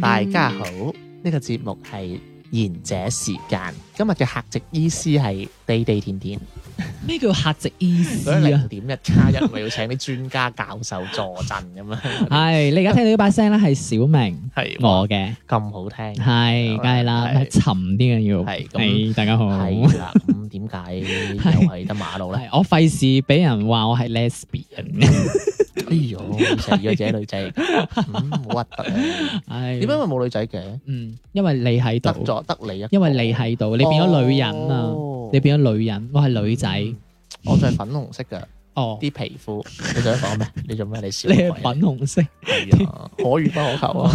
大家好，呢、個節目係賢者時間。今日嘅客席醫師係地地甜甜，咩叫客席意思 所以零啊？點一加一，咪要請啲專家教授助陣咁樣，係你而家聽到呢把聲咧，係小明係我嘅，咁好聽。係梗係啦，係沉啲嘅要。係咁係大家好，係係啦，咁點解又係得馬路咧？我費事俾人話我係 lesbian。哎呦，成日者女仔嚟㗎，嗯好核突啊！點係解會冇女仔嘅？嗯，因為你喺得度，咗得你一個，因為你喺度，你變咗女人啊！哦你變咗女人，我係女仔。嗯我就係粉紅色㗎。哦，啲皮膚，你想講 咩？你做咩？你笑你係鬼啊粉紅色，係啊，可遇不可求 啊！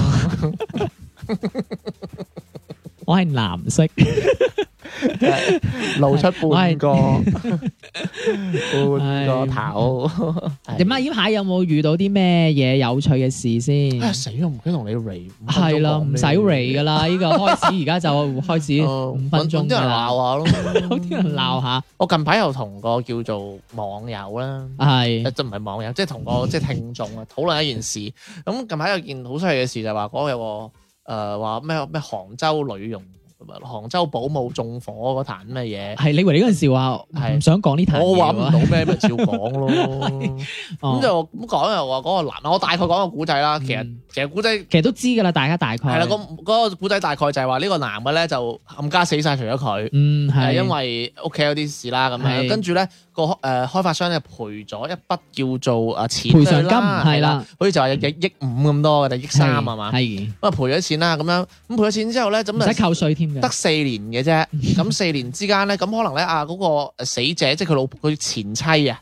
我係藍色。露出半 個半個頭，係點啊？呢排有冇遇到啲咩嘢有趣嘅事先？啊死我唔記得同你 re 係啦，唔使 r 噶啦，呢個開始而家就開始哦五分鐘啲人㗎鬧啊啦，下咯， 有啲人鬧下，我近排又同個叫做網友啦。係即唔係網友，即係同個即係聽眾 啊討論一件事。咁近排有件好犀利嘅事就係話嗰個有個誒話咩咩杭州女傭、杭州保姆縱火嗰壇咩嘢，係你以為你嗰陣時話係唔想講呢壇我嘢話唔喎到咩，咪照講咯。咁 哦就咁講又話嗰個男，我大概講個古仔啦。其實嗯其實古仔係其實都知㗎啦，大家大概啦，咁嗰個古仔大概就係話呢個男嘅咧就冚家死晒，除咗佢。嗯係係因為屋企有啲事啦，咁樣係跟住咧個誒開發商咧賠咗一筆叫做啊錢賠償俾金佢啦係，啦，好似就係有億五咁多嘅定億三係嘛，咁啊嗯係賠咗錢啦咁樣，咁賠咗錢之後咧唔咁使就扣税添得嘅，四年嘅啫， 咁四年之間咧咁可能咧啊嗰個死者即係佢老佢前妻啊。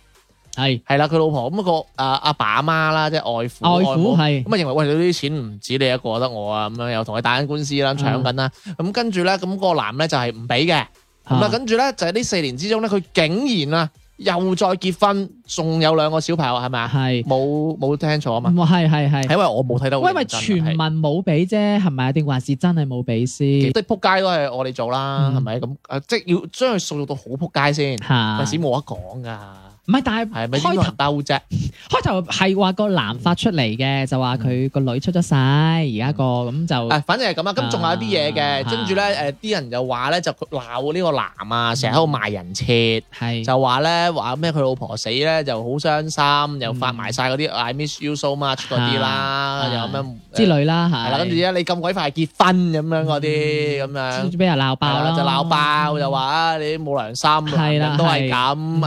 係係啦，佢老婆咁、個啊阿爸阿媽啦，即係外父外母父係咁啊，認為喂你啲錢唔止你一個得我啊，咁樣又同佢打緊官司啦，搶緊啦，咁跟住咧，咁、個男咧就係唔俾嘅，咁啊嗯啊跟住咧就係呢四年之中咧，佢竟然啊又再結婚，仲有兩個小朋友係咪啊？係冇冇聽錯啊嘛？係係係係。因為我冇睇到，喂，咪全民冇俾啫，係咪啊？定還是真係冇俾即先？係撲街都係我哋做啦，嗯係咪咁？啊即係要將佢塑造到好撲街先，嚇，咪先冇得講噶，唔係，但係係咪啊邊個開頭嗯人兜啫？開頭係話個男發出嚟嘅，就話佢個女出咗世，而家個咁就嗯啊，反正係咁啦。咁仲有啲嘢嘅，啊跟住咧誒，啲人就話咧就鬧呢個男啊，嗯成日喺度賣人設，係就話咧話咩佢老婆死咧就好傷心，又發埋晒嗰啲 I miss you so much 嗰啲啦，嗯啊又咁樣之類啦，係啦，跟住係咧你咁鬼快結婚咁樣嗰啲嗯咁樣。俾人鬧爆係啦，就鬧爆，就話啊你冇良心，男係啦人都係係嗯咁，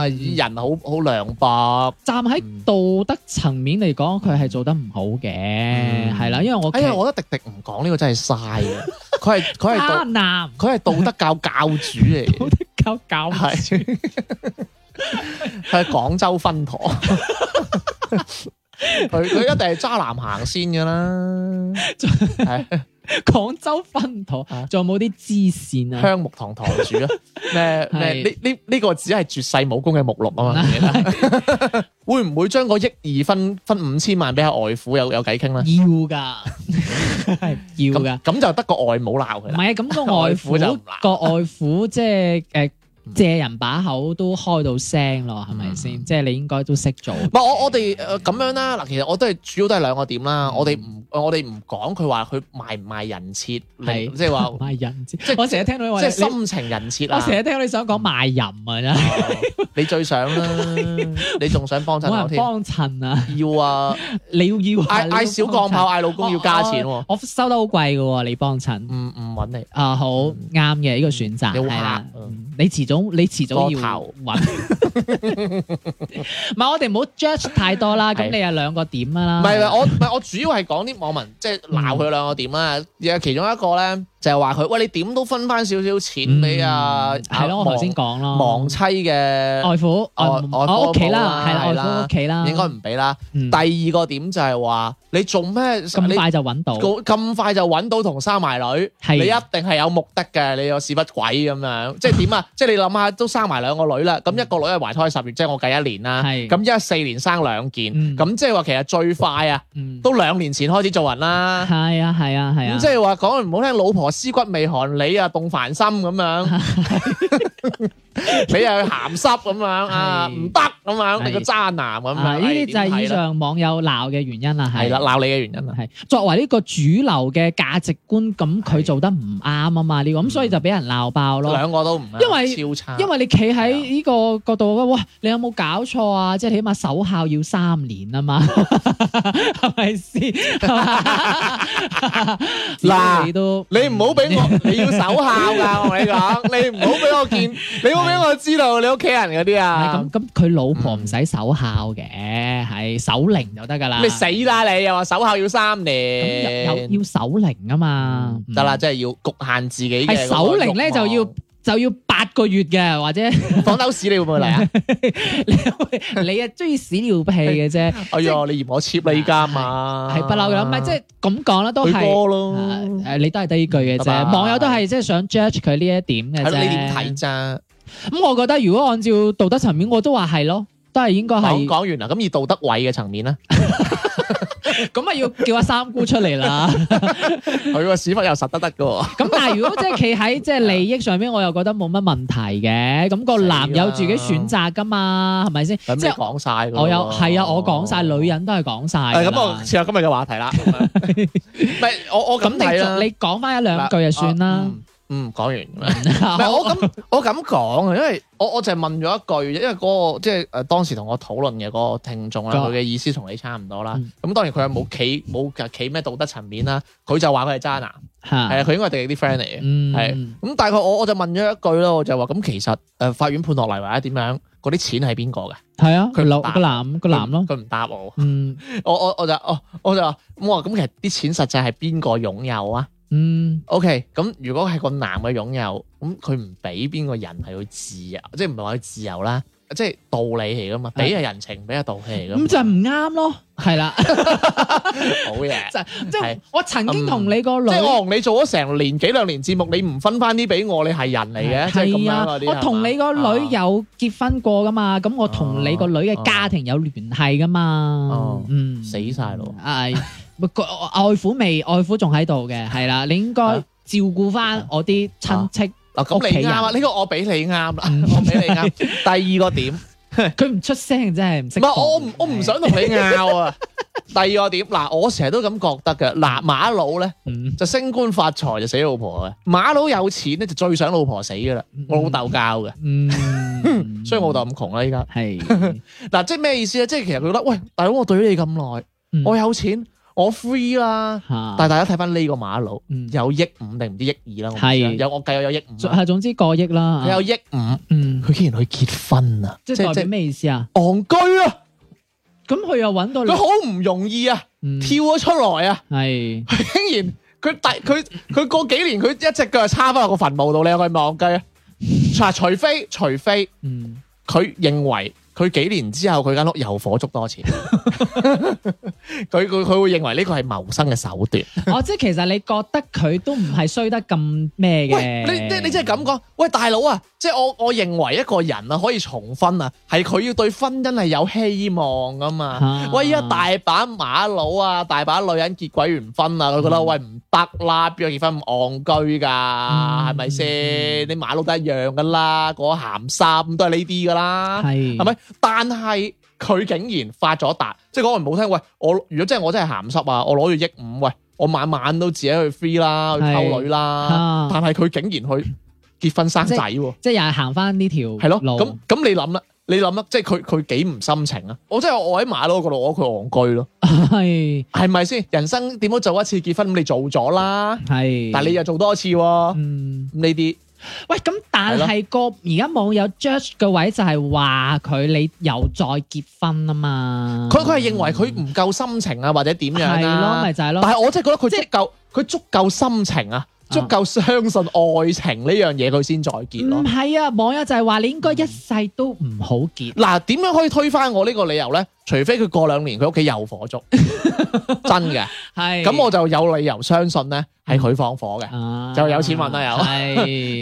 啊人好好涼薄。站喺道德層面嚟講，佢係做得唔好嘅，嗯係啦，因為我哎呀，我覺得迪迪唔講呢個真係嘥 嘅，佢係佢係渣道 男佢係道德教教主嚟嘅。搞搞係，佢係廣州分婆。 佢佢一定係渣男行先㗎 啦，係廣州分舵啊，仲有冇啲支線啊？香木堂堂主 啊，咩咩係嗯呢呢呢個只係絕世武功嘅目錄啊嘛，你記得 會唔會將個億二分分五千萬俾阿外父有有偈傾咧？要 㗎，係要㗎咁。咁就得個外母鬧唔佢啦，係啊，咁個外外父父就唔難個外父即係誒借人把口都開到聲咯，係咪先？即係你應該都識做。唔係我我哋誒咁樣啦，嗱，其實我都係主要都係兩個點嗯啦，我哋唔呃我哋唔講佢話佢賣唔賣人設，係即係話唔係人知， 我成日聽到你話即係你心情人設我啊！成日聽到你想講賣淫啊，真係 哦你最想啦，你仲想幫襯冇我人添？幫襯啊！要啊！你要要啊嗌嗌小鋼炮，，嗌老公要加錢我喎，我收得好貴嘅喎，你幫襯唔唔揾你啊，好嗯啱嘅呢個選擇你好係啦黑啊，嗯你遲早你遲早個要頭揾。 唔係我哋唔好 judge 太多啦，咁係你有兩個點啦。嗯啊唔係唔係我唔係我主要係講啲網民即係鬧佢兩個點啦。而其中一個咧就係話佢喂你點都分翻少少錢俾啊，嗯係咯，我頭先亡講咯，亡妻嘅外父外外外我父屋企母啦，啦係啦，係外啦父屋企啦，應該唔俾啦。嗯第二個點就係話你做咩咁你快就揾到，咁咁快就揾到同生埋女，係你一定係有目的嘅，你有屎忽鬼咁樣，即係點 啊？即係你諗下，都生埋兩個女啦，咁一個女係懷胎十月，即係我計一年啦，嗯係咁一四年生兩件，嗯咁即係話其實最快啊，嗯，都兩年前開始做人啦。係啊係啊係啊，咁即係話講句唔好聽，老婆屍骨未寒，你啊動凡心咁 樣，你又去鹹濕咁樣啊，係唔得咁樣，你個係渣男咁樣，啊呢啲就係以係啦上網友鬧嘅原因啦，係係啦，鬧你嘅原因啦，係作為呢個主流嘅價值觀，咁佢做得唔啱啊嘛呢個，咁所以就俾人鬧爆咯。嗯兩個啊都唔啱因為超差，因為你企喺呢個角度，哇！你有冇搞錯啊？即係起碼首孝要三年啊嘛， 係 咪先？嗱你都你唔好 俾我，你要守孝噶，我同你講，你唔好俾我見，你唔好俾我知道你屋企人嗰啲係啊咁，咁，佢老婆唔使守孝嘅，係守靈就得㗎啦。你死啦你，又話守孝要三咁年，有有要守靈啊嘛，嗯嗯得啦，即係要局限自己嘅係嗰個守靈咧慾就望要 就要八個月嘅，或者 放兜屎，你會唔會嚟啊？ 你啊中意屎尿屁 嘅啫，哎呀，你嫌我 cheap 啦依家嘛，係不嬲嘅啦，唔係即係咁講啦，都佢係。啊歌咯，誒、你都係得呢句嘅拜拜啫，網友都係即係想 judge 佢呢一點嘅係啫。咯，你點睇？咋？咁我覺得如果按照道德層面，我都話係咯，都係應該講係。講完啦，咁以道德位嘅層面 咧，咁啊要叫阿三姑出嚟啦。 佢個屎忽又實得得嘅喎，咁但係如果即係企喺即係利益上面，我又覺得冇乜問題嘅。咁、個男有自己選擇㗎嘛，係咪先？咁即你係講晒㗎喎我有係啊，我講晒，女。人都係講晒㗎誒啦。咁我切入今日嘅話題啦，咁樣 唔係我我咁咁睇啦你。你講翻一兩句就算啦。嗯。嗯，講完咁樣。 啊唔係我咁我咁講啊，因為我我就係問咗一句，因為嗰、個即係誒當時同我討論嘅嗰個聽眾啦，啊個佢嘅意思同你差唔多啦。咁啊嗯、當然佢係冇企冇企咩道德層面啦，佢就話佢係渣男，係嚇啊，佢應該係地啲 friend 嚟嘅。嗯係咁大概我我就問咗一句咯，我就話咁其實誒、呃法院判落嚟或者點樣，嗰啲錢係邊個嘅？係啊，佢佢答個男個男咯，佢唔答我，嗯我我我就哦我就話咁我話咁其實啲錢實際係邊個擁有啊？ừ. 嗯 O K，咁如果係個男嘅擁有，咁佢唔俾邊個人係去自由，即係唔係話佢自由啦，即係道理嚟噶嘛，俾係人情，俾係道理嚟噶嘛。咁就唔啱咯，係 啦。好嘢，就即係係我曾經同你個女即。係我同你做咗成年幾兩年節目，你唔分翻啲俾我，你係人嚟嘅，即係咁樣係啊嗰啲。我同你 Ờ. 個女係嘛有結婚過噶嘛，咁我同 Ờ. 你個女嘅家庭有聯繫噶嘛哦，嗯，死晒咯係 咪個外父未，外父仲喺度嘅，係啦，你應該啊照顧翻我啲親戚，嗱，咁屋企你啱人啊，呢個我俾你啱啦，嗯我俾 你啱。第二個點，唔佢唔出聲真係唔識講。係我 Ờ. 唔我唔想同你拗啊。第二個點，嗱，我成日都咁覺得嘅，嗱，馬佬咧。嗯，就升官發財就死老婆嘅，馬佬有錢咧就最想老婆死噶啦嗯，我老豆教嘅，嗯所以我老豆咁窮啦依家。 係，嗱，即係咩意思咧？即係其實佢覺得，喂，大佬我對你咁耐，嗯我有錢，我 free 啦。嚇但係大家睇翻呢個馬佬嗯有億五定唔知億二啦，我唔知啦係有我計有有億五啦，係總啊之過億啦，啊佢有億五，嗯，啊佢竟然去結婚啊！即即係代即表咩意思啊？戇居啊！咁佢又揾到你佢，好唔容易啊，嗯跳咗出來啊！ 係佢竟然佢第佢佢過幾年佢一隻腳就插翻落個墳墓度，你有佢望雞啊！嗱，除非除非嗯。佢認為佢幾年之後佢間屋又火燭多 錢，佢佢佢會認為呢個係謀生嘅手段。哦，即係其實你覺得佢都唔係衰得咁咩喂嘅？，你你你即係咁講，喂大佬啊，即係我我認為一個人啊可以重婚啊，係佢要對婚姻係有希望噶嘛。啊喂，依家大把馬佬啊，大把女人結鬼完婚啊，佢覺得、嗯喂唔得啦，邊個結婚咁戇居㗎？係咪先？嗯你馬佬都一樣㗎啦，個鹹濕都係呢啲㗎啦，係係咪？但係佢竟然發咗達，即係講句唔好聽，喂，我如果真係我真係鹹濕啊，我攞住億五，喂，我晚晚都自己去 free 啦，去係溝女啦，啊？但係佢竟然去結婚生仔喎。即係又係行翻呢條係咯，路咁咁你諗啦，你諗啦，即係佢佢幾唔深情啊！我真係我喺馬佬嗰度，我覺得佢戇居咯，係係咪先？人生點都做一次結婚，咁你做咗啦，嗯係。但係你又做多次喎，咁嗯，呢啲喂，咁但係個而家網友 judge 嘅位就係話佢你又再結婚啊嘛？佢佢係認為佢唔夠深情啊，或者點樣係咯，啊咪？就係但咯，係我真係覺得佢即係足夠，佢足夠深情啊，足夠相信愛情呢樣嘢，佢先再結咯唔。係啊，網友就係話你應該一世都唔好結。嗱，點樣可以推翻我呢個理由咧？除非佢過兩年佢屋企又火 燭，真嘅，係嗯咁我就有理由相信咧係佢放火嘅。我就有錢揾啦又 係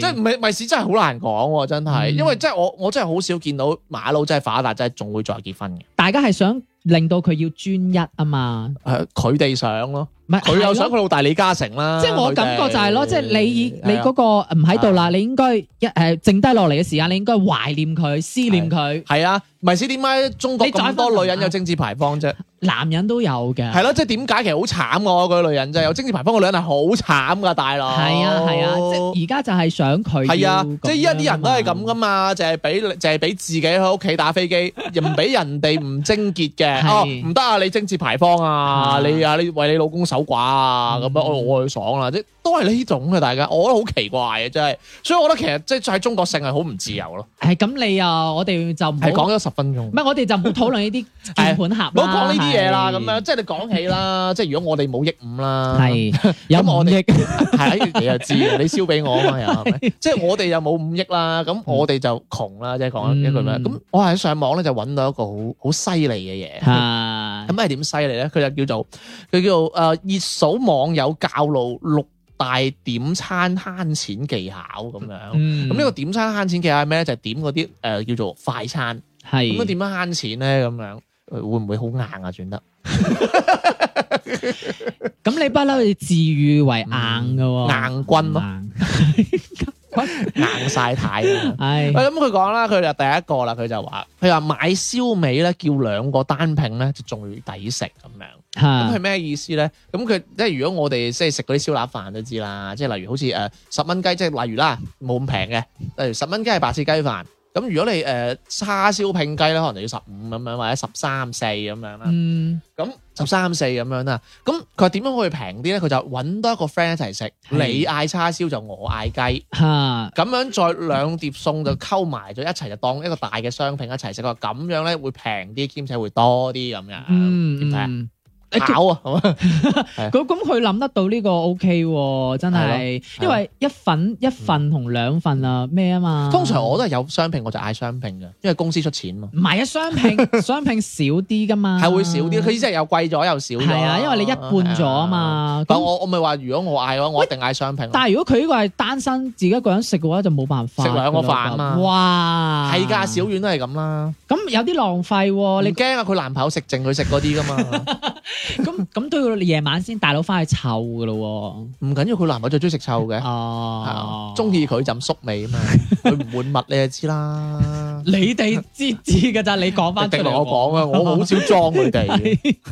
即係唔係咪事真係好難講喎，真係，嗯因為真係我我真係好少見到馬佬真係發達，真係仲會再結婚嘅。大家係想令到佢要專一啊嘛，誒，佢哋想咯，唔係佢又想係咯佢老大李嘉誠啦。即係我佢哋感覺就係咯，即係你已你係啊嗰個唔喺度啦，你應該一誒剩低落嚟嘅時間，你應該懷念佢、思念佢，係啊，咪先點解中國你再咁分多女人啊有政治牌坊啫？男人都有嘅。係咯，即係點解其實好慘嘅我覺得女人真係有政治牌坊嘅女人係好慘噶，大佬。嗯係啊係啊，即係而家就係想佢係啊要咁，即係依家啲人都係咁樣噶嘛，就係俾就係俾自己喺屋企打飛機，又唔俾人哋唔貞潔嘅。係哦，唔得啊！你貞節牌坊啊，啊你啊你為你老公守寡啊，咁樣嗯我我去爽啦，即係都係呢種嘅，大家我覺得好奇怪嘅真係，所以我覺得其實即係喺中國性係好唔自由咯，嘛。係咁你啊，我哋就唔好係講咗十分鐘唔。係我哋就唔好討論 呢啲鍵盤俠啦，唔好講呢啲嘢啦，係咁樣即係你講起啦，即係如果我哋冇億五啦，係有咁我五哋億 係你又知嘅，你燒俾我啊嘛，又 係咪？即係我哋又冇五億啦，咁我哋就窮啦，即係講一句咩？嗯咁我喺上網咧就揾到一個好好犀利嘅嘢，啊咁，係點犀利咧？佢就叫做佢叫做誒熱數網友教路六大點餐慳錢技巧咁樣。咁咁呢個點餐慳錢技巧係咩咧？就係點嗰啲誒叫做快餐，係咁樣點樣慳錢咧？咁樣誒會唔會好硬啊？轉得咁你不嬲你自喻為硬嘅喎，嗯嗯硬軍咯，硬，硬晒啊太咁樣 唉，喂，咁佢講啦，佢就第一個啦，佢就話，佢話買燒味咧，叫兩個單拼咧，就仲要抵食咁樣。咁嚇佢咩意思咧？咁佢即係如果我哋即係食嗰啲燒臘飯都知啦，即係例如好似誒十蚊雞，即係例如啦，冇咁平嘅，例如十蚊雞係白切雞飯。咁如果你誒、呃叉燒拼雞咧，可能就要十五咁樣，或者十三四咁樣啦。嗯咁十三四咁樣啦。咁佢話點樣可以平啲咧？佢就揾多一個 friend 一齊食，你嗌叉燒就我嗌雞。嚇咁樣再兩碟餸就溝埋咗一齊，就當一個大嘅商品一齊食。佢話咁樣咧會平啲，兼且會多啲咁樣。點嗯睇啊？嗯。誒佢考啊，好嘛？咁咁佢諗得到呢個 O K 喎，真係，係咯因為一份一份同兩份啊咩啊嘛。通常我都係有商拼，我就嗌商拼嘅，因為公司出錢嘛，唔係啊，商拼商拼少啲噶嘛，係會少啲。佢意思係又貴咗又少咗。啊係啊，因為你一半咗啊嘛。係啊。咁咁我我咪話，如果我嗌嘅話，我一定嗌商拼。但係如果佢呢個係單身自己一個人食嘅話，就冇辦法食兩個飯啊嘛哇，係㗎，小丸都係咁啦。咁有啲浪費喎，你哦你驚啊？佢男朋友食剩佢食嗰啲㗎 嘛？咁咁都要夜晚先大佬翻去湊噶咯唔緊要，佢男朋友最中意食臭喎。嘅，係啊哦，中意佢陣粟味啊嘛。佢唔滿物你就知啦。你哋知知噶咋？你講翻出定嚟落我講啊，我好少 裝佢哋。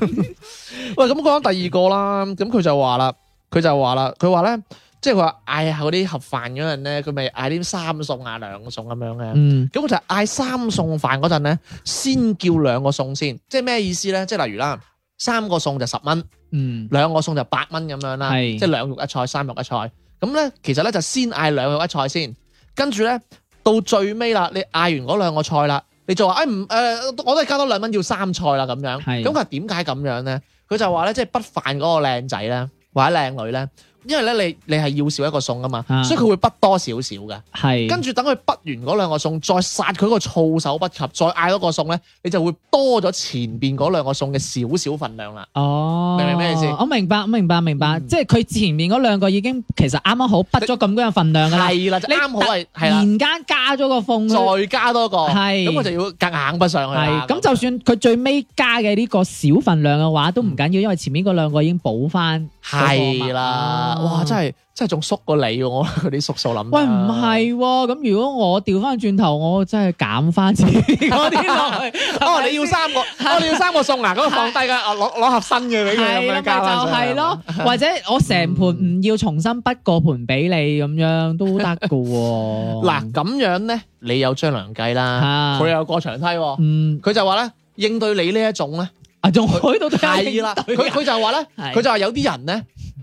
喂，咁講第二個啦，咁佢就話啦，佢就話啦，佢話咧，即係佢話嗌下嗰啲盒飯嗰陣咧，佢咪嗌啲三餸啊兩餸咁樣嘅。嗯咁我就嗌三餸飯嗰陣咧，先叫兩個餸先，即係咩意思咧？即係例如啦，三個餸就十蚊，嗯兩個餸就八蚊咁樣啦，係即係兩肉一菜、三肉一菜。咁咧，其實咧就先嗌兩肉一菜先，跟住咧到最尾啦，你嗌完嗰兩個菜啦，你就話誒哎唔誒，我都係加多兩蚊要三菜啦咁樣。係咁佢話點解咁樣咧？佢就話咧，即係不飯嗰個靚仔咧，或者靚女咧，因為咧你你係要少一個餸噶嘛，啊嗯所以佢會不多少少嘅。係跟住等佢畢完嗰兩個餸，再殺佢個措手不及，再嗌嗰個餸咧，你就會多咗前邊嗰兩個餸嘅少少份量啦。哦，明唔明咩意思我明白，我明白，明白，嗯即係佢前面嗰兩個已經其實啱啱好畢咗咁樣嘅份量㗎啦，係啦，就你啱好係突係啦，然間加咗個縫佢，再加多個，係咁我就要夾硬不上去啦係咁就算佢最尾加嘅呢個小份量嘅話，都唔緊要，因為前面嗰兩個已經補翻。嗯係啦，哇！真係。係真係仲縮過你喎，我嗰啲縮數諗。。喂，唔，係喎，咁如果我調翻轉頭，我真係減翻自己嗰啲落去 哦，你要三個，哦，你要三個餸啊，咁我放低㗎，啊攞攞盒新嘅俾佢係咁啦，咪樣加翻就上去係咯，或者我成盤唔要重新畢個盤俾你咁樣都得噶 喎。嗱，咁樣咧，你有張良計啦，啊佢有過牆梯喎，嗯，佢就話咧，應對你呢一 種咧。啊，仲喺度睇係啦，佢佢就話咧，係佢就話有啲人咧，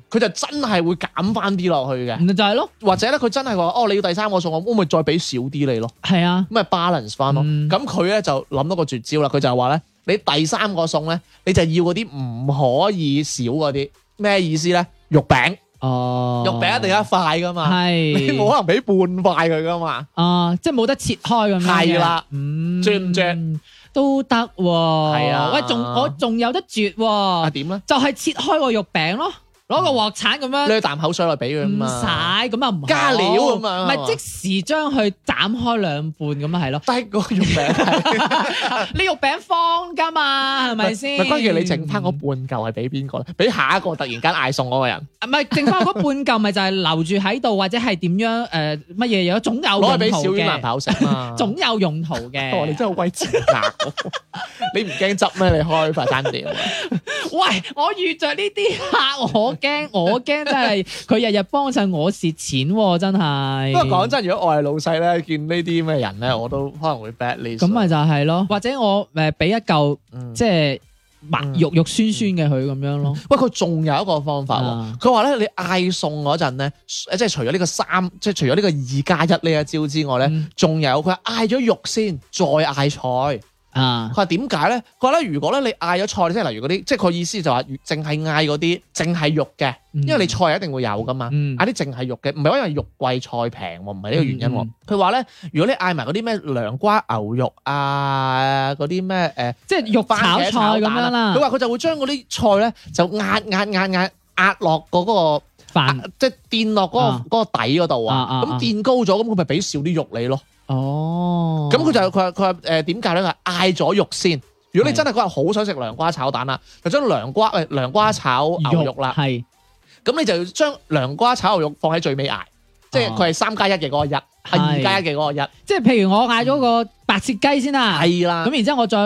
佢就真係會減翻啲落去嘅，咪就係咯，或者咧佢真係話哦，你要第三個餸，我可唔可以再俾少啲你咯？係啊，咁咪 balance 翻咯。嗯咁佢咧就諗到個絕招啦，佢就話咧，你第三個餸咧，你就要嗰啲唔可以少嗰啲，咩意思咧？肉餅哦，肉餅一定一塊噶嘛，係 你冇可能俾半塊佢噶嘛。啊，即係冇得切開咁樣嘅。係啦嗯，啜唔啜都得喎。係啊喂，仲我仲有得啜啊喎，點咧？就係切開個肉餅咯，攞個鑊鏟咁樣。你啖口水落去俾佢啊唔嘛。使咁啊，唔好加料咁啊。唔係即時將佢斬開兩半咁啊，係咯但係個肉餅係你肉餅方㗎嘛， 係咪先？啊咪關鍵你剩翻嗰半嚿係俾邊個咧？俾下一個突然間嗌餸嗰個人，唔係剩翻嗰半嚿，咪就係留住喺度，或者係點樣誒乜嘢有總有用攞去俾途小 丸男嘅，朋友食嘛。總有用途 嘅。哇！哦你真係好鬼賤格， 你唔驚執咩？你開快餐店，啊喂，我遇着呢啲客，我驚，我驚 真係佢日日幫襯我蝕錢喎，真係。 不過講真，如果我係老細咧，見呢啲咩人咧，我都可能會 bad list。啊咁咪就係咯，或者我誒俾一嚿嗯，即係白嗯肉肉酸酸嘅佢咁樣咯。喂，佢仲有一個方法啊喎。佢話咧，你嗌餸嗰陣咧，誒即係除咗呢個三，即係除咗呢個二加一呢一招之外咧嗯，仲有佢嗌咗肉先，再嗌菜。啊佢，話點解咧？佢話咧，如果咧你嗌咗菜，即係例如嗰啲，即係佢意思就話，淨係嗌嗰啲，淨係肉嘅，因為你啊菜係一定會有噶嘛。嗯嗌啲淨係肉嘅，唔係因為肉貴菜平喎，唔係呢個原因嗯喎。佢話咧，如果你嗌埋嗰啲咩涼瓜牛肉啊，嗰啲咩誒即係肉番炒茄菜炒蛋咁樣啊啦佢，話佢就會將嗰啲菜咧就壓壓壓壓壓落嗰個啊飯即係墊落嗰嗯啊個嗰個底嗰度啊啊啊，啊咁墊高咗，咁佢咪俾少啲肉你咯。哦，咁佢就佢話佢話誒點解咧？佢話嗌咗肉先。如果你係真係嗰日好想食涼瓜炒蛋啦，啊就將涼瓜誒涼瓜炒牛肉啦，係咁你就要將涼瓜炒牛肉放喺最尾捱，即係佢係三加一嘅嗰個一，係二加一嘅嗰個一，即係譬如我嗌咗個白切雞先啦，係啊啦咁。然之後我再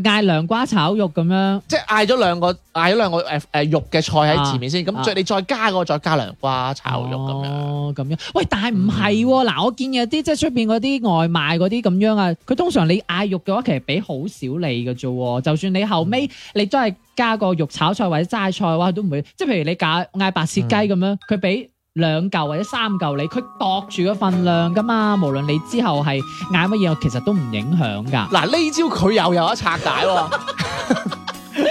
嗌涼瓜炒肉咁樣，即係嗌咗兩個嗌咗兩個誒誒肉嘅菜喺前面先，啊咁再你再加嗰個再加涼瓜炒肉咁樣。嗯哦，咁樣。喂，但係唔係喎？嗱，我見有啲即係出邊嗰啲外賣嗰啲咁樣啊，佢通常你嗌肉嘅話，其實俾好少你嘅啫喎。就算你後嗯尾你都係加個肉炒菜或者齋菜嘅話，佢都唔會。即係譬如你嗌嗌白切雞嗯咁樣，佢俾兩嚿或者三嚿你，佢度住個份量噶嘛。無論你之後係嗌乜嘢，其實都唔影響㗎。嗱呢招佢又有一拆 解喎，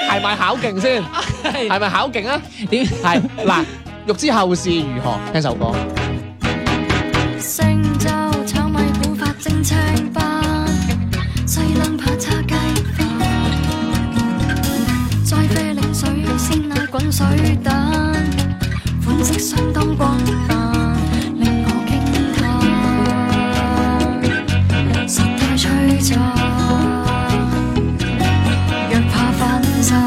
係咪考勁先？係咪考勁啊？點係嗱，欲知後事如何，聽首歌。星洲炒米糊發蒸青斑，西冷扒叉雞飯，再啡檸水鮮奶滾水蛋，款式相當廣泛，令我驚嘆，實太璀璨，若怕分散，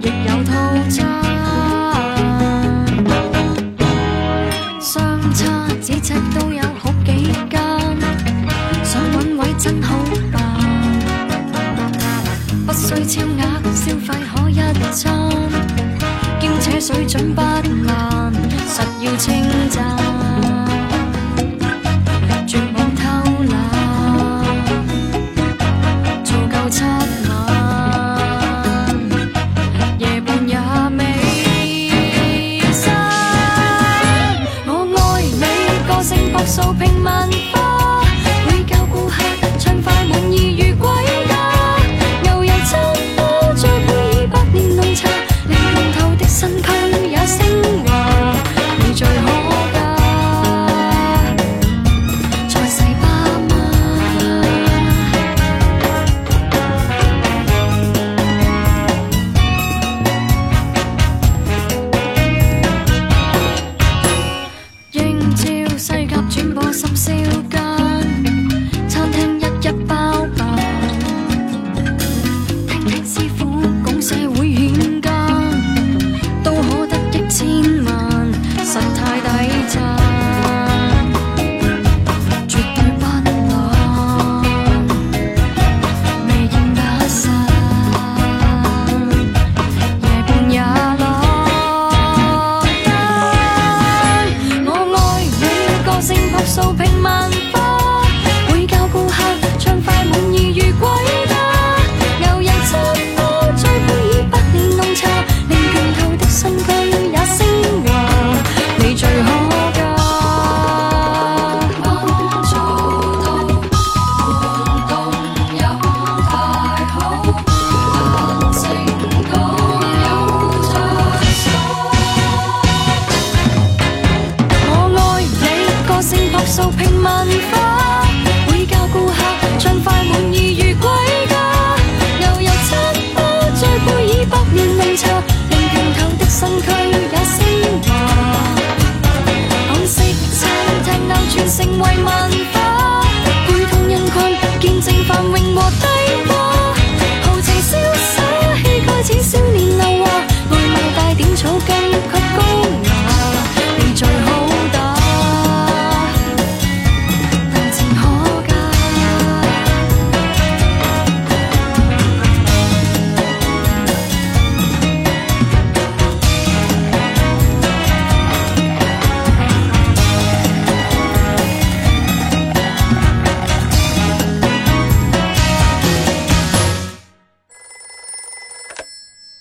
亦有套餐。相差咫尺都有好幾間，想揾位真好辦。不需超額消費可一餐，兼且水準不爛，實要稱讚。絕冇偷懶，做夠七晚。夜半也未失，我愛你個性樸素平民化，會教顧客暢快滿意如歸家。牛油餐包再配以百年濃茶，你看透的身軀也升華，你最可嘉。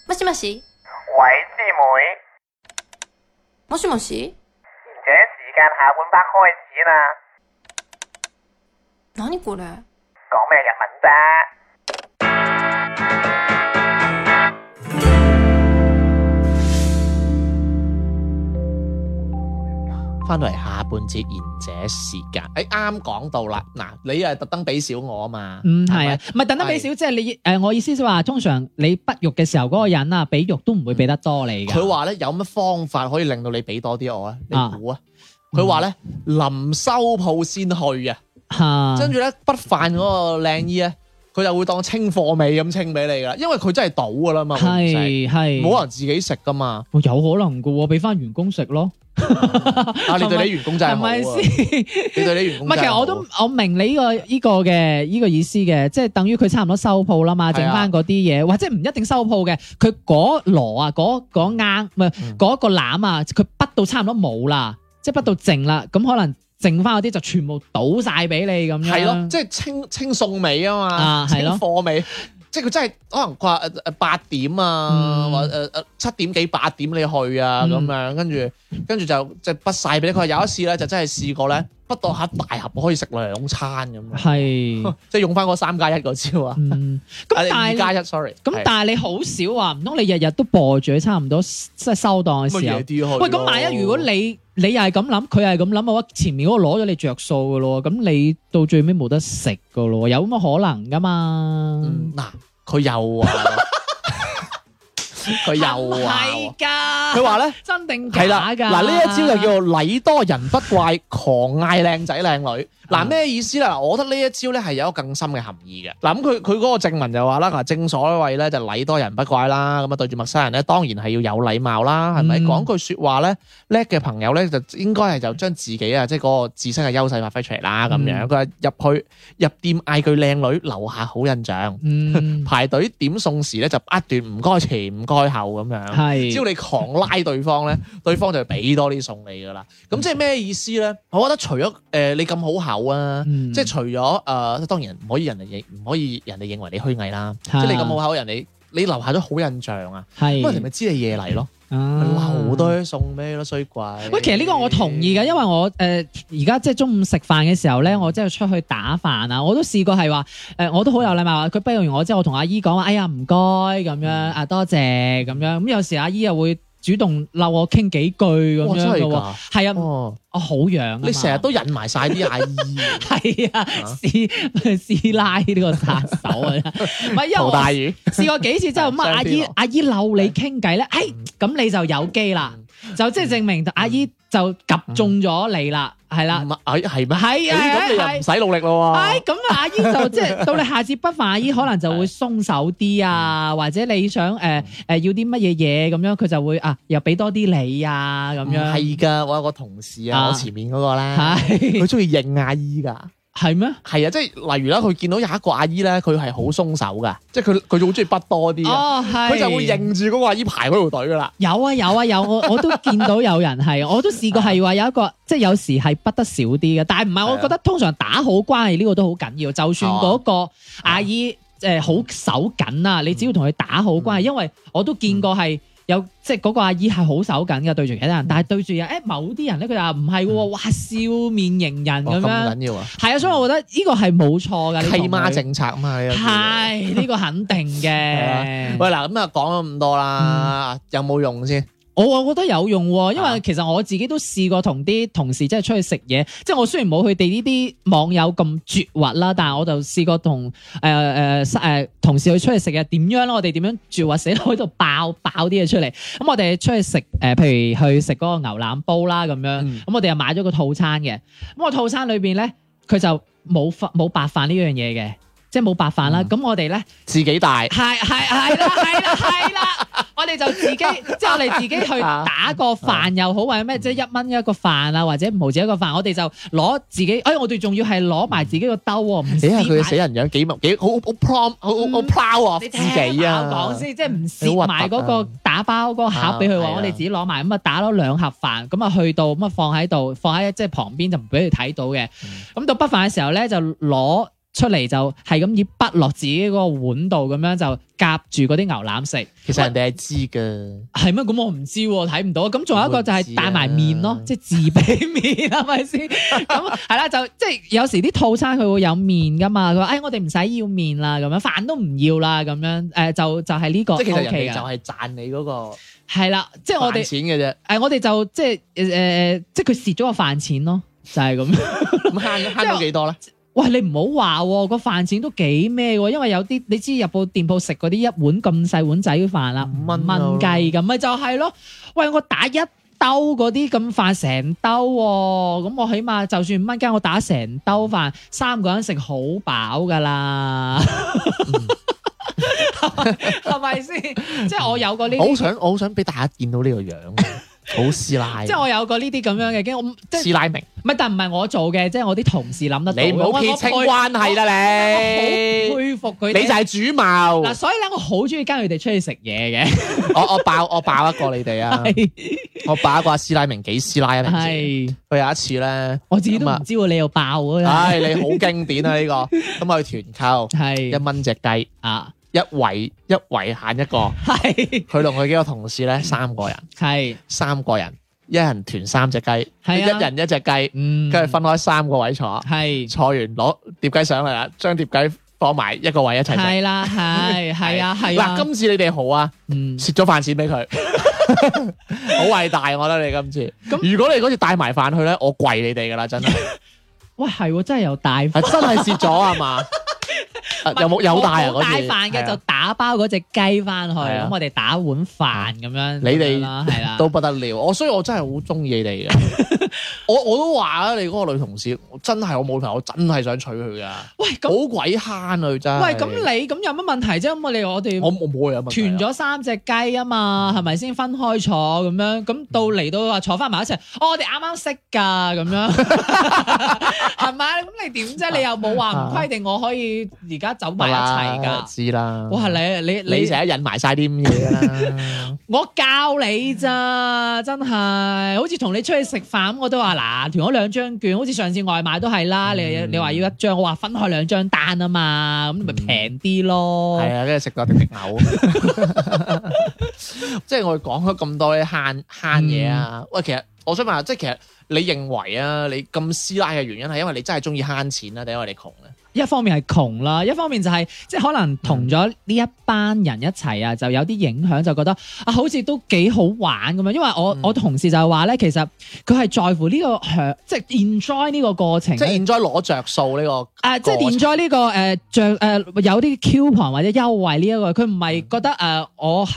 もし喂，師妹，もしもし賢者時間下半 part 開始啦，何これ講咩日文啫？翻到嚟下半節賢者時間，誒啱講到啦，嗱你啊特登俾少我啊嘛，嗯，係咪啊，唔係等得俾少，即係你诶，我意思就話，通常你不育嘅時候，嗰個人啊，俾育都唔會俾得多你㗎。佢話咧有乜方法可以令到你俾多啲我啊？你啊估啊？佢話咧臨收鋪先去啊，嚇，跟住咧不犯嗰個靚姨咧，佢就會當清貨尾咁清俾你噶，因為佢真係賭噶啦嘛，佢唔食係係，冇人自己食噶 嘛。有可能㗎喎，俾翻員工食咯，啊，你對你員工真係係好啊，咪你先？對你員唔工係，真其係實好啊我都我明你呢、個呢、個嘅呢、個意思嘅，即係等於佢差唔多收鋪啦嘛，係啊剩翻嗰啲嘢，或者唔一定收鋪嘅，佢嗰箩啊，嗰嗰啱唔係嗯嗰個籃啊，佢畢到差唔多冇啦，即係畢到剩啦，咁可能剩翻嗰啲就全部倒晒俾你咁樣。係咯，即係清清送尾啊嘛，啊清係咯貨尾。即係佢真係可能佢話誒誒八點啊，嗯或誒誒七點幾八點你去啊咁嗯樣，跟住跟住就即係畢晒俾你。佢話有一次咧就真係試過咧，畢到下大盒可以食兩餐咁 樣，係，即係用翻嗰三加一個招啊，嗯，咁啊二但係加一，sorry。咁但係你好少話，唔通你日日都播住，差唔多即係收檔嘅係時候啊夜。啲去咯。喂，咁萬一如果你你又係咁諗，佢又係咁諗嘅話，前面嗰個攞咗你着數嘅咯，咁你到最尾冇得食嘅咯，有咁嘅可能噶嘛？嗯嗱，佢又話 喎，佢又話喎。係㗎，佢話咧真定假係啦，㗎？嗱呢一招就叫做禮多人不怪，狂嗌靚仔靚女。嗱啊咩意思咧？嗱我覺得呢一招咧係有一個更深嘅含義嘅。嗱咁佢佢嗰個正文就話啦，嗱正所謂咧就禮多人不怪啦，咁啊對住陌生人咧當然係要有禮貌啦，係咪？嗯講句説話咧，叻嘅朋友咧就應該係就將自己啊即係嗰個自身嘅優勢發揮出嚟啦，咁樣嗯佢話入去入店嗌句靚女，留下好印象。 嗯排隊點送時咧就不斷唔該前唔該後咁樣。只要係你狂拉對方 咧，對方就會俾多啲送你噶啦。咁即係咩意思咧？我覺得除咗誒、呃你咁好口啊，嗯即係除咗誒、呃，當然唔可以人哋認唔可以人哋認為你虛偽啦。即係係你咁好口，人哋你留下咗好印象啊，係咁人哋咪知你夜嚟咯，咪啊留多啲送咩咯，衰鬼。喂，其實呢個我同嗯意嘅，因為我誒而家即係中午食飯嘅時候咧，我即係出去打飯啊，我都試過係話誒，我都好有禮貌，佢不用完我之後，我同阿姨講話，哎呀唔該咁樣嗯啊，多謝咁樣，咁有時阿姨又會主動嬲我傾幾句咁哦哇真樣係嘅喎，㗎，係啊，哦，我好樣啊嘛你成日都引埋晒啲阿姨， 係啊，師師奶呢個殺手啊，唔係因為陶我大宇，試過幾次之後， 咁啊雙阿邊姨落阿姨嬲你傾偈咧，哎嗯咁你就有機啦。就即係證明阿姨就及中咗你啦，係啦唔，係哎係咩？係咦咁你啊，又唔係。使努力咯唉，喎。咁啊，阿姨 就即係到你下次不飯，阿姨可能就會鬆手啲啊，或者你想誒誒要啲乜嘢嘢咁樣，佢就會啊又俾多啲你啊咁唔樣，嗯係㗎，我有個同事啊，啊我前面嗰個咧。係 佢中意認阿姨㗎，係咩？係啊，即係例如啦，佢見到有一個阿姨咧，佢係好鬆手㗎，即係佢佢好中意筆多啲啊，哦，係佢就會認住嗰個阿姨排嗰條隊㗎啦。有啊有啊有，我 我都見到有人係，我都試過係話有一個，即係有時係不得少啲嘅，但係唔啊係係，啊哦我覺得通常打好關係呢個都好緊要，就算嗰個阿姨誒好手緊啊，你只要同佢打好關係，嗯因為我都見過係。有即係嗰個阿姨係好手緊嘅對住其他人，但係對住誒哎某啲人咧，佢就話唔係喎，哇笑面迎人哇咁嗯咁樣，緊要啊！係啊，所以我覺得呢個係冇錯㗎。契媽媽政策啊嘛，呢個叫做係呢個肯定 係嘅。喂嗱，咁啊講咗咁多啦，嗯有冇用先？我我覺得有用喎，因啊為其實我自己都試過同啲同事即係出去食嘢，即係我雖然冇佢哋呢啲網友咁絕核啦，但係我就試過同呃誒誒誒同事去出去食嘢，點樣咧？我哋點樣絕核死到喺度爆爆啲嘢出嚟？咁我哋出去食誒、呃譬如去食嗰個牛腩煲啦咁樣，咁、嗯我哋又買咗個套餐嘅。咁個套餐裏邊咧，佢就冇飯冇白飯呢樣嘢嘅，即係冇白飯啦。嗯咁、我哋咧。自己大係係係啦係啦係啦，我哋就 自己即係我哋自己去打個飯又好，或啊者咩即係一蚊一個飯啊，或者五毫子一個飯，我哋就攞自己，哎我哋仲要係攞埋自己個兜喎，唔你睇下哎佢嘅死蝕人埋。樣幾幾好好 prom 好好好 proud 啊你自聽我己啊講！先，即係唔你好核蝕突啊埋嗰個打包嗰個盒俾佢啊係喎，啊我哋自己攞埋，咁啊打咗兩盒飯，咁啊去到嗯咁啊放喺度，放喺即係旁邊就唔俾佢睇到嘅。咁到北飯嘅時候咧，就攞出嚟就係咁以筆落自己嗰個碗度咁樣就夾住嗰啲牛腩食，其實人哋係知㗎。係咩？咁我唔知喎，睇唔到。咁仲有一個就我唔知係啊帶埋面咯，即係自備面係咪先？咁 係啦，就即係有時啲套餐佢會有面噶嘛。佢話：，哎，我哋唔使要面啦，咁樣飯都唔要啦，咁樣誒、就就係呢、個即係其實 O 人 K 哋就嘅，係賺你嗰個係啦、哦即係我飯哋誒、錢嘅啫，我哋就即係誒、誒即係佢蝕咗個飯錢咯，就係、咁。咁 慳慳到幾多咧？喂，你唔好話喎，個飯錢都幾咩喎？因為有啲你知入到店鋪食嗰啲一碗咁細碗仔飯啊啦，五五蚊啊蚊雞咁，咪就係咯。喂，我打一兜嗰啲咁飯成兜喎，咁我起碼就算五蚊雞，我打成兜飯，三個人食好飽噶啦，嗯 係咪先？即係我有過呢我好啲，想我好想俾大家見到呢個樣， 好師奶，即係我有過呢啲咁樣嘅經，我即係師奶明。唔係，但唔係我做嘅，即係我啲同事諗得到嘅。你唔好我撇清關係啦你我好佩服佢哋。你就係主謀嗱，。所以咧，我好中意跟佢哋出去食嘢嘅，我我爆我爆一個你哋啊！ 係我爆一個阿師奶明幾師奶啊！明知係，佢有一次咧，我自己都唔知喎，你又爆啊嗰啦，啊唉，你好經典啊呢個。咁啊去團購，一係蚊只雞，啊，一圍一圍限一個。係佢同佢幾個同事咧，三個人，係三個人，一人團三隻雞，係啊一人一隻雞，嗯，跟住分開三個位坐，係坐完攞碟雞上嚟啦，將碟雞放埋一個位一齊食。哎係 啦，係係啊，係啊，嗱，今次你哋好啊！嗯蝕咗飯錢 俾佢，好偉大，我覺得你今次。咁如果你嗰次帶埋飯去咧，我跪你哋噶啦， 真係，喂係喎，真係有帶係真係蝕咗啊 嘛？啊有冇有帶啊？冇嗰帶次飯嘅係就啊打包嗰只雞翻去，係啊啊咁我哋打碗飯咁樣，你哋啦係啦，都不得了。我所以我真係好中意你哋嘅。 我我都話啊，你嗰個女同事，我真係我冇朋友，我真係想娶佢噶，喂咁好鬼慳啊！佢真係。喂咁你咁有乜問題啫？咁我哋我哋我我冇有問題啊團咗三隻雞啊嘛，係咪先分開坐咁樣？嗯咁到嚟到話坐翻埋一齊，哦，我哋啱啱識㗎咁 樣，係咪？咁你點啫？你又冇話唔規定我可以而家走埋一齊啊得啦㗎？知啦。哇！你你你你，成日引埋晒啲咁 嘢啦。我教你咋，真係好似同你出去食飯，我都話嗱，團咗兩張券，好似上次外賣都係啦。你嗯你話要一張，我話分開兩張單啊嘛，咁咪平啲咯。係啊，跟住食到滴滴 嘔。即係我哋講咗咁多啲慳慳嘢嗯啊！喂，其實我想問下，即係其實你認為啊，你咁師奶嘅原因係因為你真係中意慳錢啊啦，定因為你窮咧？一方面係窮啦，一方面就係、即係可能嗯同咗呢一班人一齊啊，就有啲影響，就覺得啊，好似都幾好玩咁樣。因為我、嗯我同事就係話咧，其實佢係在乎呢、個享，即係 enjoy 呢個過程。即係 enjoy 攞着數呢個啊，即係過程 enjoy 呢、個誒著誒有啲 coupon 或者優惠呢、一個，佢唔係覺得誒、我係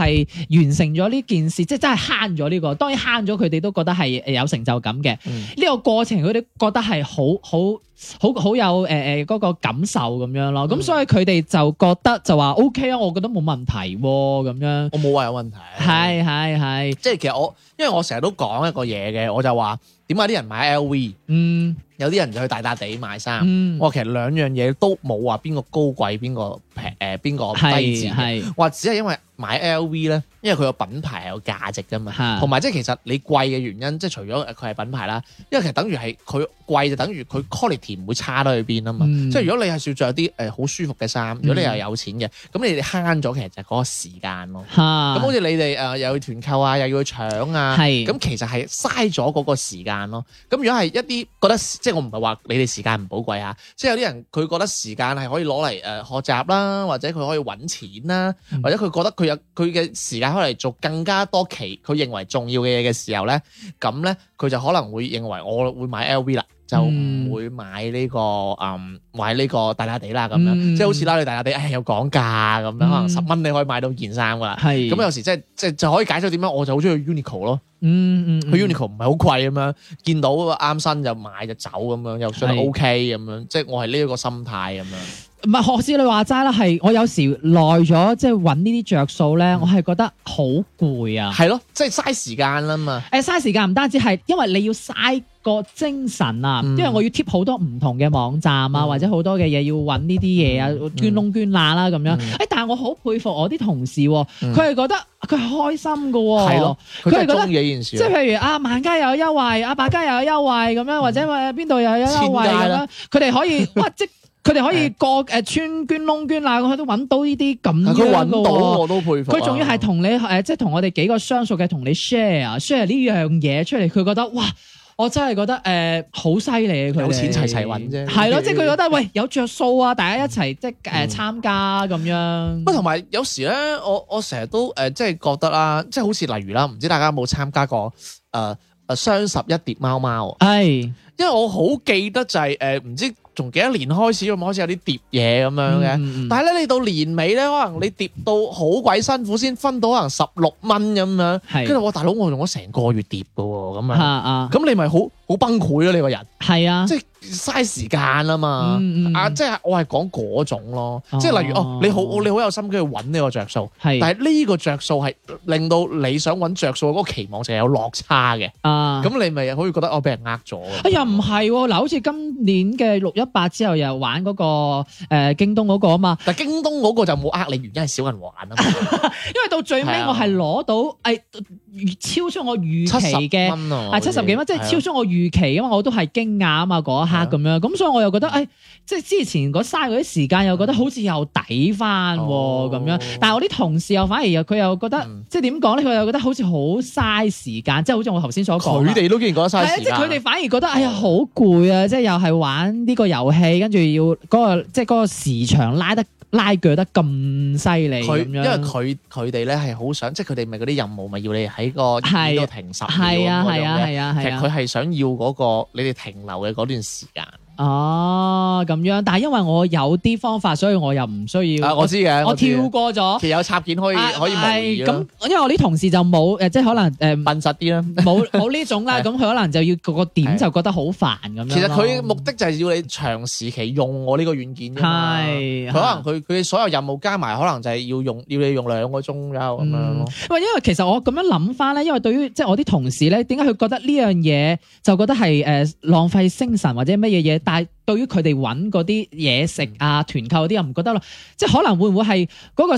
完成咗呢件事，即係真係慳咗呢個。當然慳咗，佢哋都覺得係誒有成就感嘅。嗯呢個過程佢哋覺得係好好好好有誒誒嗰個感受咁樣咯，咁、嗯所以佢哋就覺得就話 O K 啊，我覺得冇問題喎、咁樣，我冇話有問題。係係係，即係其實我，因為我成日都講一個嘢嘅，我就話點解啲人買 LV，嗯有啲人就去大笪地買衫。嗯，啊我其實兩樣嘢都冇話邊個高貴，邊個平誒邊個低賤係嘅係或只係因為買 LV 咧，因為佢個品牌係有價值噶嘛嚇，同埋即係其實你貴嘅原因，即係除咗佢係品牌啦，因為其實等於係佢貴就等於佢 quality 唔會差得去邊啊嘛。嗯即係如果你係要着啲誒好舒服嘅衫，如果你又有錢嘅，咁你哋慳咗其實就係嗰個時間咯。嚇，咁好似你哋誒又要團購啊，又要去搶啊，啊係咁其實係嘥咗嗰個時間咯。咁如果係一啲覺得即係我唔係話你哋時間唔寶貴啊，即係有啲人佢覺得時間係可以攞嚟誒呃學習啦，或者佢可以揾錢啦，嗯或者佢覺得佢有佢嘅時間可以嚟做更加多其佢認為重要嘅嘢嘅時候咧，咁咧佢就可能會認為我會買 LV 啦。就嗯唔會買呢、個嗯買呢個大笪地啦咁樣，嗯即係好似啦你大笪地，唉有講價咁樣，可能嗯十蚊你可以買到件衫噶啦，係咁有時即係即係就可以解釋點解我就好中意去 Uniqlo 咯，嗯嗯嗯去 Uniqlo 唔係好貴咁樣，見到啊啱身就買就走咁樣，又覺得係 OK 咁樣，即係我係呢一個心態咁樣。唔係學似你話齋啦，係我有時耐咗即係揾呢啲着數嗯咧，我係覺得好攰啊。係咯，即係嘥時間啦嘛。誒哎嘥時間唔單止係，因為你要嘥個精神啊，嗯因為我要貼好多唔同嘅網站啊，嗯或者好多嘅嘢要揾呢啲嘢啊，捐窿捐罅啦咁樣。誒、哎嗯但係我好佩服我啲同事喎、嗯佢係、覺得佢係開心嘅喎、係咯，佢佢係真係覺得中意呢件事即係咯。譬如啊，萬家又有呃優惠，啊百家又有優惠咁樣，或者話邊度又有優嗯惠千咁佳啦 樣，佢哋可以哇即。佢哋可以過诶穿捐窿捐罅，佢都揾到呢啲咁啊但佢樣揾嘅到喎。我都佩服啊。佢仲要係同你誒，即係同我哋幾個相熟嘅同你 share 啊 share 呢樣嘢出嚟，佢覺得哇！我真係覺得誒好犀利啊！佢哋有錢齊齊揾啫係咯，即係佢覺得喂有着數啊，大家一齊即係嗯誒參加咁 樣不。同埋有時咧，我我成日都誒、呃即係覺得啦，即係好似例如啦，唔知大家有冇參加過誒誒雙十一碟貓貓啊？係因為我好記得就係誒唔知從幾多年開始咁開始有啲碟嘢咁樣嘅。嗯嗯嗯但係咧，你到年尾咧，可能你碟到好鬼辛苦先分到可能十六蚊咁樣，係跟住我大佬我用咗成個月碟嘅喎，咁啊樣，啊咁你咪好好崩潰咯，你個人。係啊，即係嘥時間啊嘛。嗯嗯啊，即係我係講嗰種咯，哦即係例如哦，你好你好有心機去揾呢個着數，係但係呢個着數係令到你想揾着數嗰個期望就係有落差嘅，啊咁你咪好似覺得我俾人呃咗啊。哎呀，唔係喎，嗱，好似今年嘅六一八之後又玩嗰、個、呃、京東嗰個啊嘛，但京東嗰個就冇呃你，原因係少人玩啊嘛，因為到最尾係啊我係攞到誒、哎超出我 預七十期嘅。蚊啊，啊，七十幾蚊，即係超出出我預期啊嘛，我都係驚訝啊嘛嗰一刻咁樣，咁所以我又覺得，誒、哎即係之前嗰嘥嗰啲時間，又覺得好似又抵翻哦喎咁樣。但係我啲同事又反而又佢又覺得，嗯即係點講咧？佢又覺得好似好嘥時間，即係好似我頭先所講佢啦。哋都竟然覺得係嘥啊，時即間係佢哋反而覺得，哎呀，好攰啊！即係又係玩呢個遊戲，跟住要嗰、個即係嗰個時長拉得拉鋸得咁犀利佢咁因為樣。佢佢哋咧係好想，即係佢哋咪嗰啲任務咪要你喺個係度停十秒係啊咁樣係啊嘅係啊其係實啊佢！係想要嗰、個你哋停留嘅嗰段時間。哦，咁樣，但係因為我有啲方法，所以我又唔需要。啊，我知嘅，我知嘅跳過咗。其實有插件可以啊可以模擬係咁咁，因為我啲同事就冇誒，即係可能誒笨實啲啦。冇冇呢種啦，係咁佢可能就要個個點就覺得好煩咁樣咯。其實佢目的就係要你長時期用我呢個軟件啫嘛。係佢可能佢佢所有任務加埋，可能就係要用要你用兩個鐘左右咁樣咯。喂，因為其實我咁樣諗翻咧，因為對於即係我啲同事咧，點解佢覺得呢樣嘢就覺得係誒、呃浪費精神或者乜嘢嘢？但係對於佢哋揾嗰啲嘢食啊、嗯團購嗰啲又唔覺得咯，即係可能會唔會係嗰、個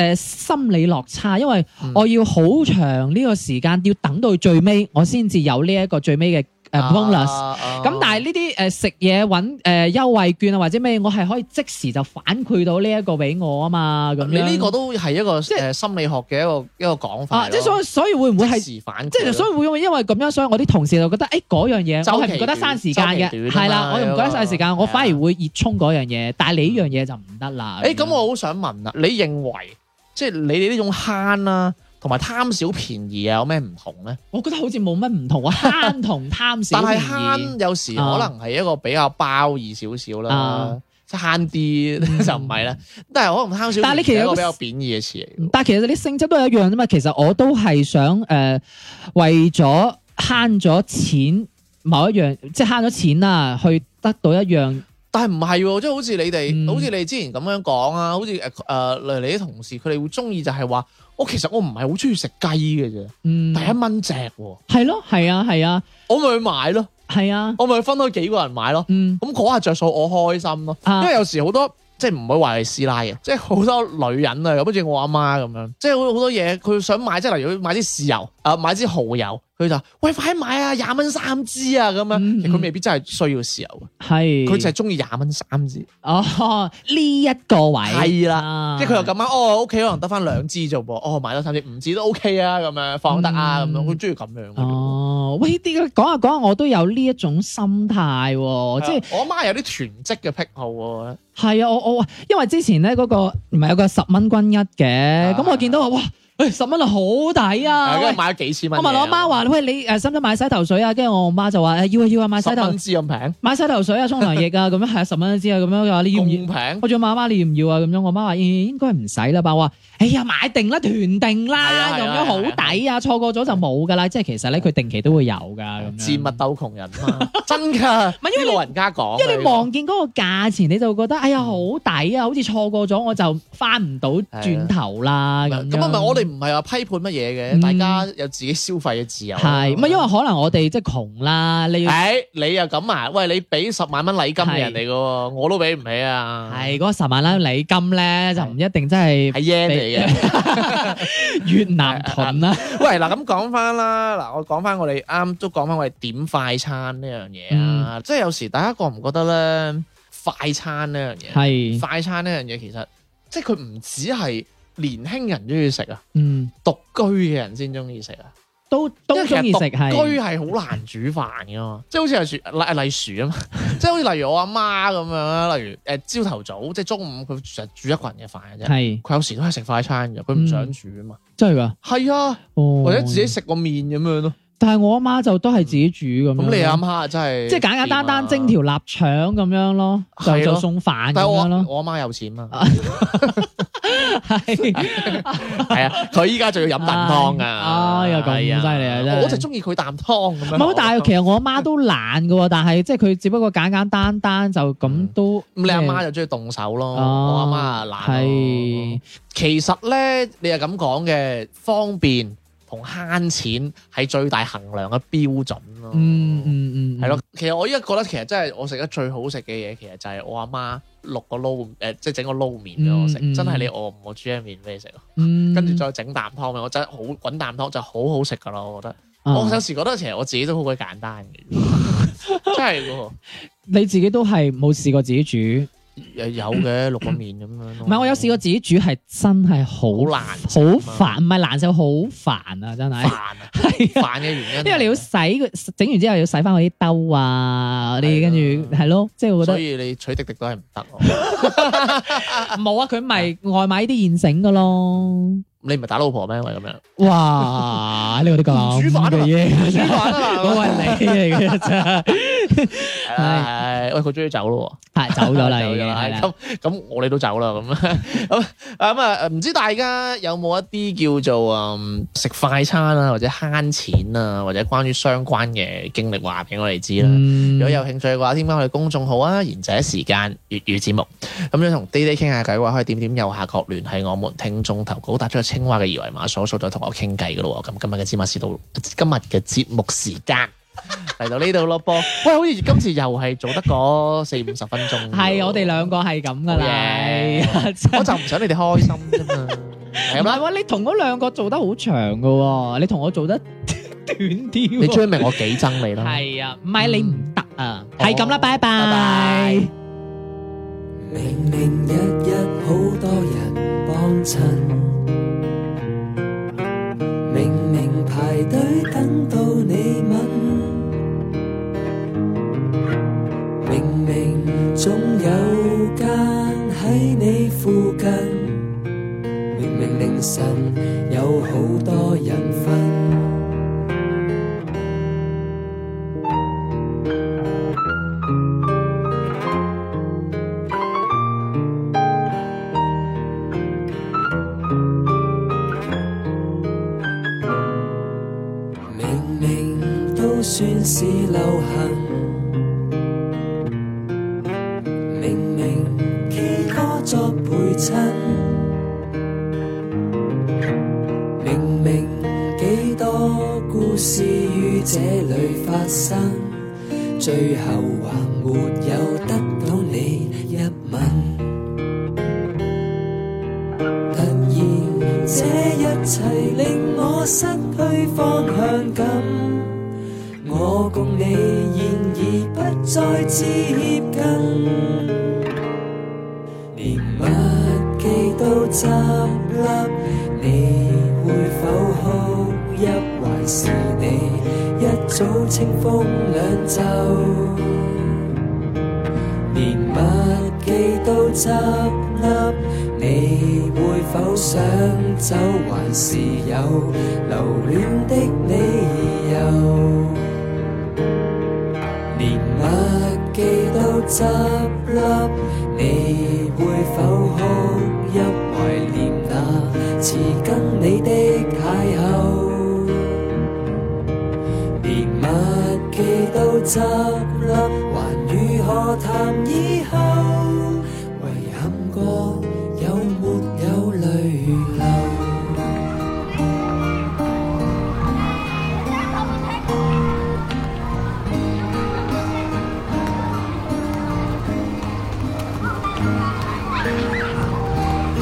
呃心理落差？因為嗯我要好長呢個時間，要等到最尾我先至有呢一個最尾嘅誒啊 bonus。咁咁但係呢啲誒呃食嘢揾誒優惠券啊或者咩，我係可以即時就反饋到呢一個俾我啊嘛咁樣。你呢個都係一個即係誒心理學嘅一個一個講法啊，咯。即係所以所以會唔會係即時反饋咯，即係所以會因為咁樣，所以我啲同事就覺得，誒嗰樣嘢我係唔覺得嘥時間周期短嘅，係周期短啊啦嘛，我又唔覺得嘥係時啊間，我反而會熱衷嗰樣嘢，但係你呢樣嘢就唔得啦。誒哎咁，我好想問啊啦，你認為即係你哋呢種慳啦，同埋貪小便宜啊，有咩唔同咧？我覺得好似冇乜唔同啊，慳同貪小但便係宜慳有時可能係一個比較包易少少啦啊，嗯即係慳啲 就唔係啦。但係可能貪少，但係你其實一有個個比較貶義嘅詞嚟嘅。但係其實你性質都係一樣啫嘛。其實我都係想誒、呃，為咗慳咗錢某一樣，即係慳咗錢啦，去得到一樣但係唔係喎，即係好似你哋，嗯好似你之前咁樣講啊，好似誒誒，例如你啲同事佢哋會中意就係話，我其實我唔係好中意食雞嘅啫，嗯，但係一蚊隻喎，係咯，係啊，係啊，我咪去買咯，係啊，我咪分開幾個人買咯。嗯咁嗰下着數我開心咯，啊因為有時好多即係唔會話係師奶嘅，即係好多女人啊，咁好似我阿媽咁樣，即係好好多嘢佢想買，即係例如佢買啲豉油啊，買支蠔油，佢就喂快買啊，廿蚊三支啊咁樣，嗯其實佢嗯未必真係需要豉油係，嘅，佢就係中意廿蚊三支，哦 呢一個位啊係啦啦即係佢又咁啱哦，屋企可能得翻兩支啫噃，哦買咗三支五支都 OK 啊，咁樣放得啊咁嗯樣，佢中意咁樣嘅啫。哦，喂，呢個講下講下，我都有呢一種心態係喎，啊哦即係我阿媽有啲囤積嘅癖好喎，係啊，我我因為之前咧嗰個唔係有個十蚊均一嘅，咁我見到話哇，誒十蚊啊好抵啊！跟喂住買咗幾千我蚊嘢。問我阿媽話：喂，你誒使唔使買洗頭水啊？跟住我媽就話：誒要啊要啊，買洗十頭蚊支咁平，買洗頭水啊，沖涼液啊，咁樣係啊，十蚊一支啊，咁樣佢話你要唔要？咁平。我仲問阿媽你要唔要啊？咁樣我媽話：咦應該唔使啦吧？我話：哎呀買定啦，囤定係啊啦，係咁啊樣好係啊係啊抵啊！錯過咗就冇㗎啦。即係其實咧，佢定期都會有㗎。咁樣賤物鬥窮人 嘛，真噶，唔係因為啲老人家講嘅，因為你望見嗰個價錢，你就覺得哎呀好抵啊，好似錯過咗我就翻唔到轉頭啦呢咁樣。個咁啊，咪我哋唔係話批判乜嘢嘅，嗯大家有自己消費嘅自由。係唔係因為可能我哋即係窮啦，你要誒你又咁啊？喂，你俾十萬蚊禮金嘅人嚟嘅喎，我都俾唔起啊。係嗰個十萬蚊禮金咧，就唔一定真係係 yen 嚟嘅。越南盾啦。喂，嗱咁講翻啦，嗱我講翻我哋啱都講翻我哋點快餐呢樣嘢啊，即係有時大家覺唔覺得咧？快餐呢樣嘢。係，快餐呢樣嘢其實即係佢唔只係年輕人中意食啊，嗯，獨居嘅人先中意食啊。都都中意食居係，係好難煮飯噶嘛， 即係好似例如例例樹啊嘛， 即係好似例如我阿媽咁樣，例如誒朝頭早即係中午佢成日煮一個人嘅飯嘅啫，係佢有時都係食快餐嘅，佢唔想煮啊嘛，真係㗎，係啊，哦或者自己，食個麵咁樣咯。但係我阿媽就都係自己煮咁樣。嗯咁你阿媽真係即係簡簡單單蒸條臘腸咁樣咯，就係咯就送飯咁但係樣我咯，我阿媽有錢嘛， 係係啊，佢依家仲要飲啖湯啊，哎呀咁係犀利啊真係我就中意佢啖湯咁樣。唔係，但係其實我阿媽都懶嘅喎，但係即係佢只不過簡簡單單就嗯咁都。咁你阿媽就中意動手咯，哦我阿媽啊懶咯係。其實咧，你係咁講嘅，方便同慳錢係最大衡量嘅標準咯。嗯嗯嗯，係咯，其實我依家覺得其實真係我食得最好食嘅嘢，其實就係我阿媽落個撈誒，即係整個撈麵俾我食，嗯嗯真係你餓唔餓煮一麵俾你食咯，嗯，跟住再整啖湯俾我，真係好滾啖湯就好好食噶啦，我覺得。啊我有時覺得其實我自己都好鬼簡單嘅， 真係嘅喎。你自己都係冇試過自己煮，唔有有嘅六個麵咁樣咯。係我有試過自己煮係真係好好難食好啊嘛煩，唔係難受，好煩啊！真係煩， 啊，係啊，煩嘅原因。因為你要洗佢，整完之後要洗翻嗰啲兜啊，嗰啲係啊跟住係咯，即係我覺所得以你取滴滴都係唔得咯。冇啊，佢咪外賣呢啲現成嘅咯。你唔係打老婆咩？因為咁 樣哇！ 呢個都咁煮飯啊嘅嘢，煮飯啊嘛 我係你嚟嘅啫，係啦係喂，佢終於走咯係喎，啊走啊咗啦， 走已經咗啦。係啦。咁咁我哋都走啦，咁 咁咁啊，唔知大家有冇一啲叫做嗯食快餐啊，或者慳錢啊，或者關於相關嘅經歷話俾我哋知啦。嗯如果有興趣嘅話，添加我哋公眾號啊，賢者時間粵語節目。咁樣同 D D 傾下偈嘅話，可以點點右下角聯繫我們聽眾投稿，搭出個青蛙嘅二維碼，掃一掃就同我傾偈噶咯喎。咁今日嘅節目時到，今日嘅節目時間嚟到呢度咯噃。喂，好似今次又係做得嗰四五十分鐘。係我哋兩個係咁噶啦，好嘢係啊真係我就唔想你哋開心啫嘛。係咁唔係 啦，喎，你同嗰兩個做得好長噶喎，你同我做得 短啲喎。你追明我幾憎你啦。係啊，唔係你唔得啊，係咁啦，哦拜拜拜拜。明明日日好多人幫襯，明明排隊等到你問，明明總有間喺你附近，明明凌晨有好多人瞓。明明都算是流行，明明 K 歌作陪襯，明明幾多故事於這裏發生，最後還沒有得到你一吻。突然，這一切令我失去方向感。我共你現已不再接近，連麥記都執笠，你會否哭泣，還是你一早清風兩袖？連麥記都執笠，你會否想走，還是有留戀的理由？連麥記都執笠，你會否哭泣懷念那次跟你的邂逅？連麥記都執笠，還如何談以後？遺憾過，有沒有淚流？ Hãy subscribe cho kênh Ghiền Mì Gõ Để không bỏ lỡ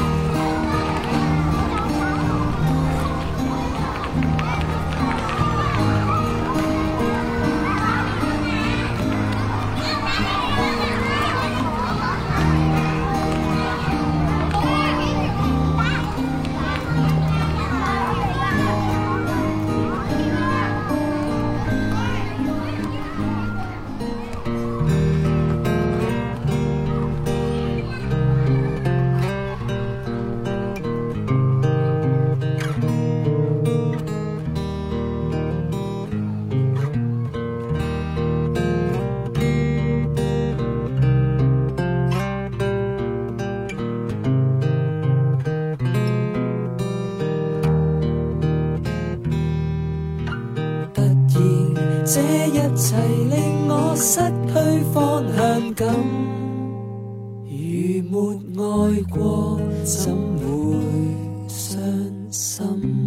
這一切令我失去方向感。如沒愛過，怎會傷心？